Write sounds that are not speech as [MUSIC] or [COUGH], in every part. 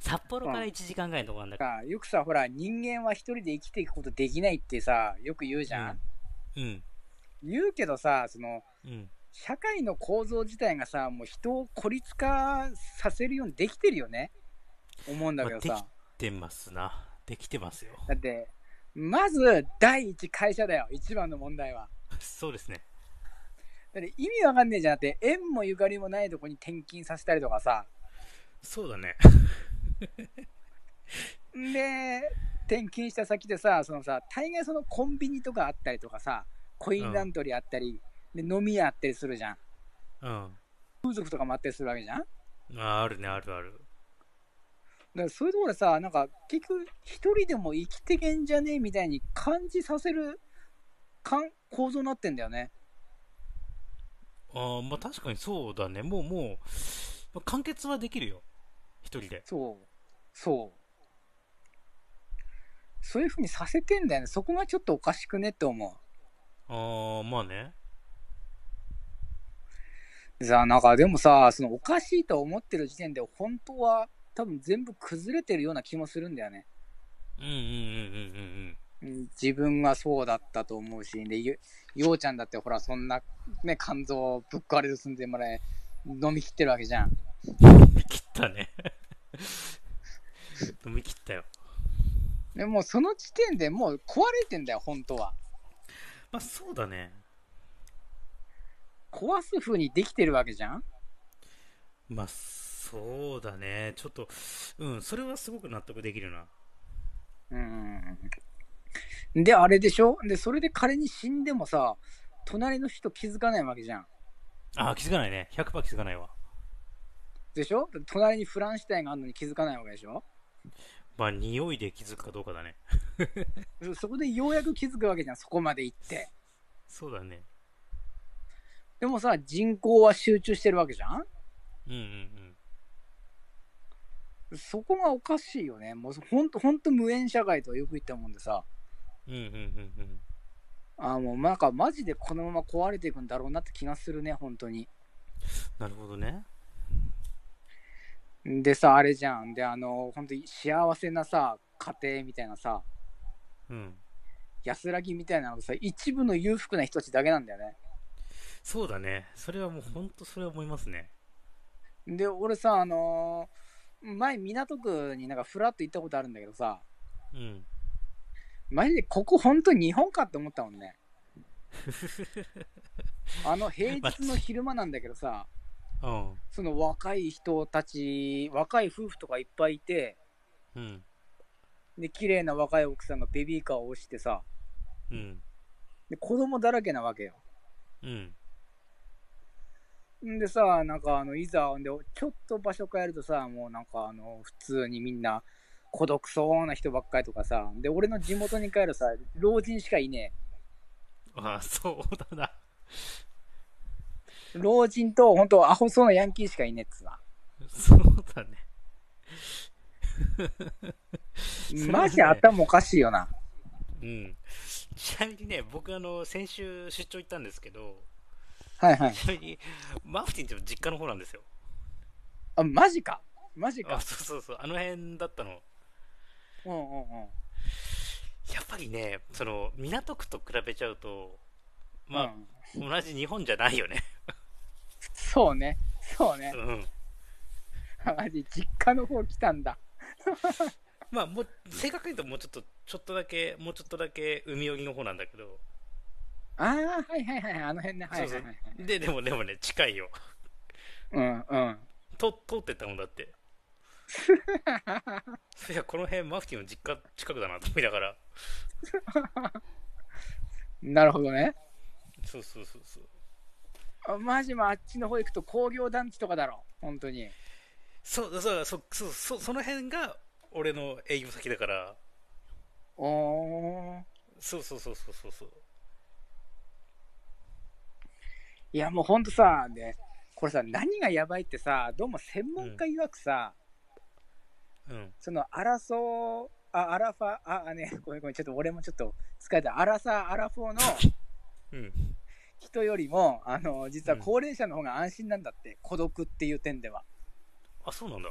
札幌から1時間ぐらいのとこなんだけど。さよくさ、ほら、人間は一人で生きていくことできないってさ、よく言うじゃん。うん。言うけどさ、その、うん。社会の構造自体がさ、もう人を孤立化させるようにできてるよね。思うんだけどまあさ。できてますな。できてますよ。 [LAUGHS] だって、まず、第一会社だよ。一番の問題は。そうですね。だって意味わかんねえじゃなくて、縁もゆかりもないとこに転勤させたりとかさ。そうだね。で、転勤した先でさ、そのさ、大概そのコンビニとかあったりとかさ、コインランドリーあったり、で飲み屋あったりするじゃん。うん。風俗とかもあったりするわけじゃん。だかああるね、あるある。らそういうところでさ、なんか結局、一人でも生きてけんじゃねえみたいに感じさせるかん構造になってんだよね。あーまあ確かにそうだね。もうもう、まあ完結はできるよ。一人で。そう。そう。そういうふうにさせてんだよね。そこがちょっとおかしくねって思う。ああ、まあね。さあなんかでもさそのおかしいと思ってる時点で本当は多分全部崩れてるような気もするんだよねうんうんうんうんうんうん。うん自分がそうだったと思うしでよようちゃんだってほらそんな、ね、肝臓ぶっ壊れる寸前まで飲み切ってるわけじゃん飲み切ったね [LAUGHS] 飲み切ったよでもうその時点でもう壊れてんだよ本当はまあそうだね壊す風にできてるわけじゃんまあそうだねちょっとうんそれはすごく納得できるなうんであれでしょでそれで仮に死んでもさ隣の人気づかないわけじゃんあー気づかないね100%気づかないわでしょ隣にフランシュタインがあるのに気づかないわけでしょまあ匂いで気づくかどうかだねそこでようやく気づくわけじゃん、そこまで行って。そうだねでもさ、人口は集中してるわけじゃんうんうんうんそこがおかしいよね。もうほんと、ほんと無縁社会とはよく言ったもんでさ、うんうんうんうんあーもうなんかマジでこのまま壊れていくんだろうなって気がするね、本当に。なるほどねでさ、あれじゃん。で、あの、本当に幸せなさ、家庭みたいなさ、うん安らぎみたいなのがさ、一部の裕福な人たちだけなんだよね。そうだねそれはもうほんとそれは思いますねで、俺さ、あのー前港区になんかフラッと行ったことあるんだけどさ、うんマジでここ本当に日本かって思ったもんね。あの平日の昼間なんだけどさ、うんその若い人たち、若い夫婦とかいっぱいいて、うんで、綺麗な若い奥さんがベビーカーを押してさ、うんで、子供だらけなわけよ。うんんでさ、なんかあの、いざ、で、ちょっと場所変えるとさ、もうなんかあの、普通にみんな孤独そうな人ばっかりとかさ、で、俺の地元に帰るさ、老人しかいねえ。ああそうだな老人と本当アホそうなヤンキーしかいねえっつうな。 [LAUGHS] そうだねれはねマジで頭おかしいよな。うん、ちなみにね、僕あの、先週出張行ったんですけど、はいはい。ちなみに、マフティンって実家の方なんですよ。あ、マジか。マジあか。 [LAUGHS] そうそうそう、あの辺だったの。うんうんうん。やっぱりね、その港区と比べちゃうと、うまあ、ん同じ日本じゃないよね。そうね。そうね [LAUGHS] う。ん、 [LAUGHS] マジ、実家の方来たんだ。まあもう、正確に言うと、もうちょっと、ちょっとだけ、もうちょっとだけ海寄りの方なんだけど、ああ、はいはいはい。あの辺ね。はいはいはい。で、でも、でもね、近いよ。うんうん。と通ってったもんだって。いや、この辺、マフティンの実家近くだなと思いながら。なるほどね。そうそうそうそう。あマジもあっちの方行くと工業団地とかだろ。本当に。そうそうそうそうそうその辺が俺の営業先だからおお。そうそうそうそうそうそういやもうほんとさ、ね、これさ、何がやばいってさ、どうも専門家曰くさ、うんその争う、あ、アラファ、あ、あね、ごめんごめん、ちょっと俺もちょっと疲れた。アラサー、アラフォーの、うん人よりも、あの、実は高齢者の方が安心なんだって、孤独っていう点では。あそうなんだ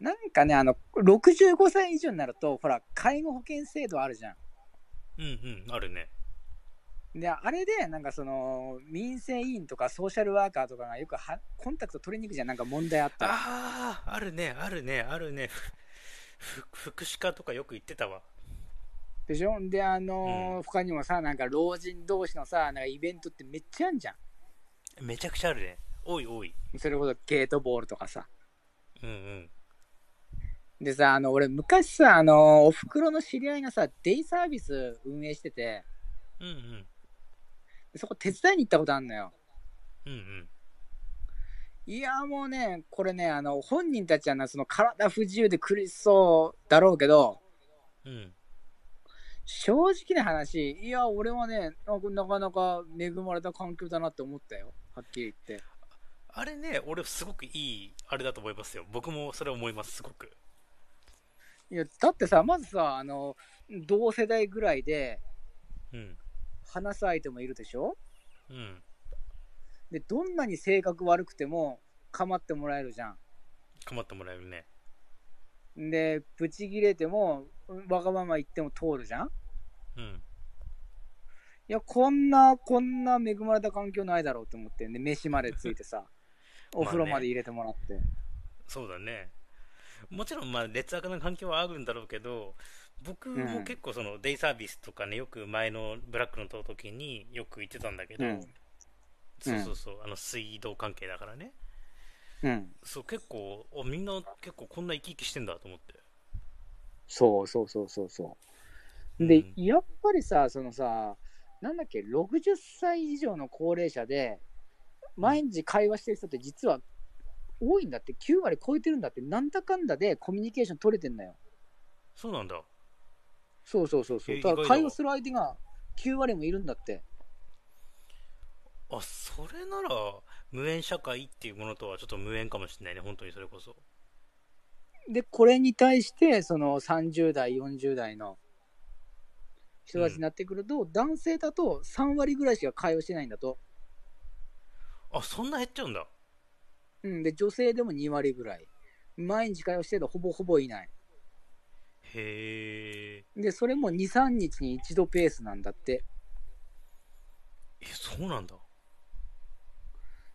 なんかね、あの、65歳以上になると、ほら、介護保険制度あるじゃうんうん、あるね。ん。で、あれで、なんかその、民生委員とかソーシャルワーカーとかがよくはコンタクト取りに行くじゃん、なんか問題あったら。ああ、あるね、あるね、あるね。ふ福祉課とかよく言ってたわ。でしょで、あのーうん他にもさ、なんか老人同士のさ、なんかイベントってめっちゃあんじゃめちゃくちゃあるね。多い多い。ん。それこそゲートボールとかさ。うんうん。でさ、あの、俺昔さ、あのーおふくろの知り合いがさ、デイサービス運営してて、うんうん。でそこ手伝いに行ったことあんのよ。うんうん。いや、もうね、これね、あの、本人たちはな、その体不自由で苦しそうだろうけど、うん。正直な話、いや、俺はね、あなかなか恵まれた環境だなって思ったよ。はっきり言って。あれね、俺すごくいい、あれだと思いますよ。僕もそれ思います、すごく。いや、だってさ、まずさ、あの、同世代ぐらいで、うん。話す相手もいるでしょうん。で、どんなに性格悪くても、構ってもらえるじゃ構ってもらえるね。ん。で、ブチ切れても、わがまま言っても通るじゃんいうん。や、こんな、こんな恵まれた環境ないだろうと思って、で、飯までつい [LAUGHS] てさ、お風呂まで入れてもらって。そうだね。もちろん、まあ、劣悪な環境はあるんだろうけど、僕も結構その、デイサービスとかね、よく前のブラックの塔の時によく行ってたんだけど、うんそうそうそう、あの、水道関係だからね。うん。そう、結構、おみんな結構こんな生き生きしてんだと思って。そうそうそうそうそう。で、うんやっぱりさ、そのさ、なんだっけ、60歳以上の高齢者で、毎日会話してる人って実は多いんだって、9割超えてるんだって、なんだかんだでコミュニケーション取れてんだよ。そうなんだ。そうそうそうそう。えだか意外らだ会話する相手が9割もいるんだって。あ、それなら、無縁社会っていうものとはちょっと無縁かもしれないね、本当にそれこそ。で、これに対して、その30代、40代の人たちになってくると、男性だと3割ぐらいしか会話してないんだと。あ、そんな減っちゃうんだ。うん、で、女性でも2割ぐらい。毎日会話してるとほぼほぼいない。へえ。で、それも2、3日に一度ペースなんだって。え、そうなんだ。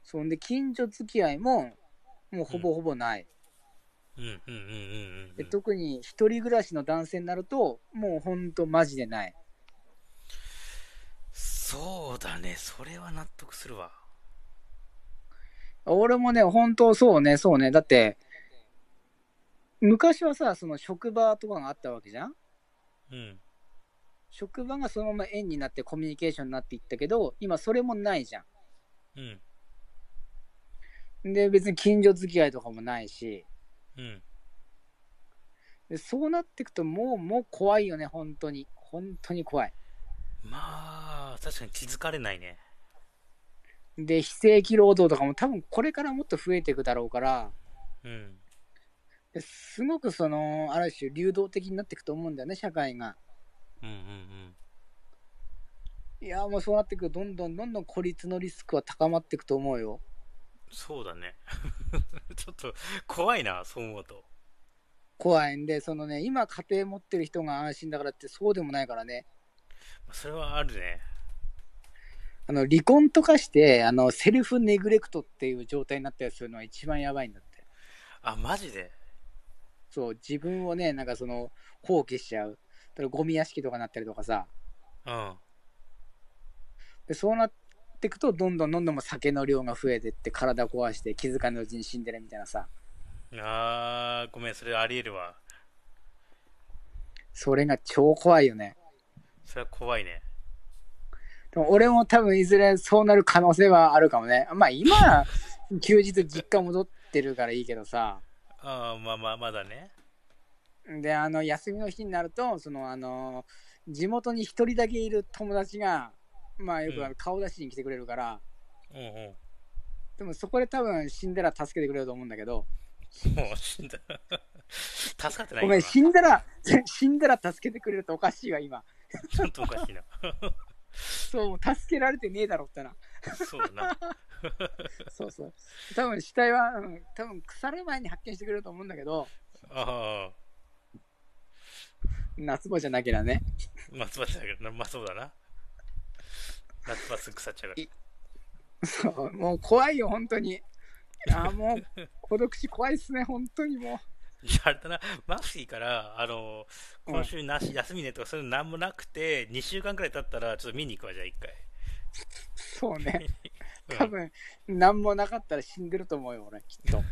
そんで、近所付き合いも、もうほぼほぼない。うん、うん、うん、うん、うでん。特に、一人暮らしの男性になると、もうほんとマジでない。そうだね、それは納得するわ。俺もね、本当そうね、そうね。だって、昔はさ、その職場とかがあったわけじゃんうん。職場がそのまま縁になってコミュニケーションになっていったけど、今それもないじゃうん、ん。で、別に近所付き合いとかもないし、うん。でそうなってくともう、もう怖いよね、本当に。本当に怖い。まあ、確かに気づかれないね。で、非正規労働とかも多分これからもっと増えていくだろうから、うん。ですごくその、ある種流動的になっていくと思うんだよね、社会が。うん、うん、いやー、もうそうなってくると、どんどんどんどん孤立のリスクは高まっていくと思うよ。うん。そうだね。 [LAUGHS] ちょっと、怖いな、そう思うと。怖いんで、そのね、今家庭持ってる人が安心だからってそうでもないからね。それはあるね。あの、離婚とかして、あの、セルフネグレクトっていう状態になったりするのは一番やばいんだって。あ、マジでそう、自分をね、なんかその、放棄しちゃう。だからゴミ屋敷とかになったりとかさ。うん。でそうなっていくとどんどんどんどんもう酒の量が増えてって体壊して気づかぬうちに死んでるみたいなさあー、ごめん、それありえるわ。それが超怖いよねそれは怖いね。でも俺も多分いずれそうなる可能性はあるかもねまあ今休日実家戻ってるからいいけどさあー、まあまあ、まだね。であの休みの日になるとそのあの地元に一人だけいる友達がまあよくあうの顔出しに来てくれるから、うんうん。でもそこで多分死んだら助けてくれると思うんだけどもう死んだ。 [LAUGHS] 助かってないごよめなん死んだら [LAUGHS] 死んだら助けてくれるとおかしいわ今ちょっとおかしいな。そうもう助けられてねえだろってなそうだな。そうそう。多分死体は、うん、多分腐る前に発見してくれると思うんだけど、ああ、夏場じゃなきゃね。松葉だけど、まあそうだな。夏場すぐ腐っちゃうかそうもう怖いよ、本当に。あーもう、孤独死怖いっすね、本当にもら。じゃああれだな、マフィーから、あの、うん今週なし、休みねとかそういうのなんもなくて、2週間くらい経ったら、ちょっと見に行くわ、じゃあ一回。う。そうね。うん多分、何もなかったら死んでると思うよ、俺、きっと。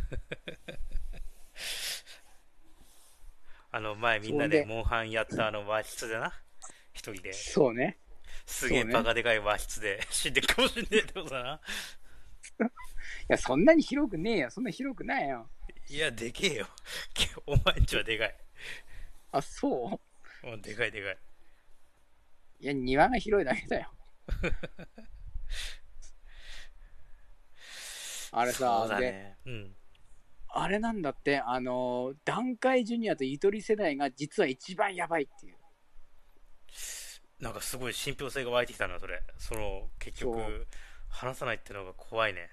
あの、前みんなそでんでモンハンやったあの和室でな、一人で。そうね。すげえそうねバカでかい和室で死んでるかもしんねえってことだな。いや、そんなに広くねえよ。そんな広くないよ。いや、でけえよ。 [LAUGHS] お前んちはでかい。あ、そううんでかいでかい。いや、庭が広いだ [LAUGHS] けだよ。ああれさ、そうだでね。うん。あれなんだって、あのー、段階ジュニアとゆとり世代が実は一番やばいっていう。なんかすごい信憑性が湧いてきたな、それ。その、結そ局う、話さないってのが怖いね。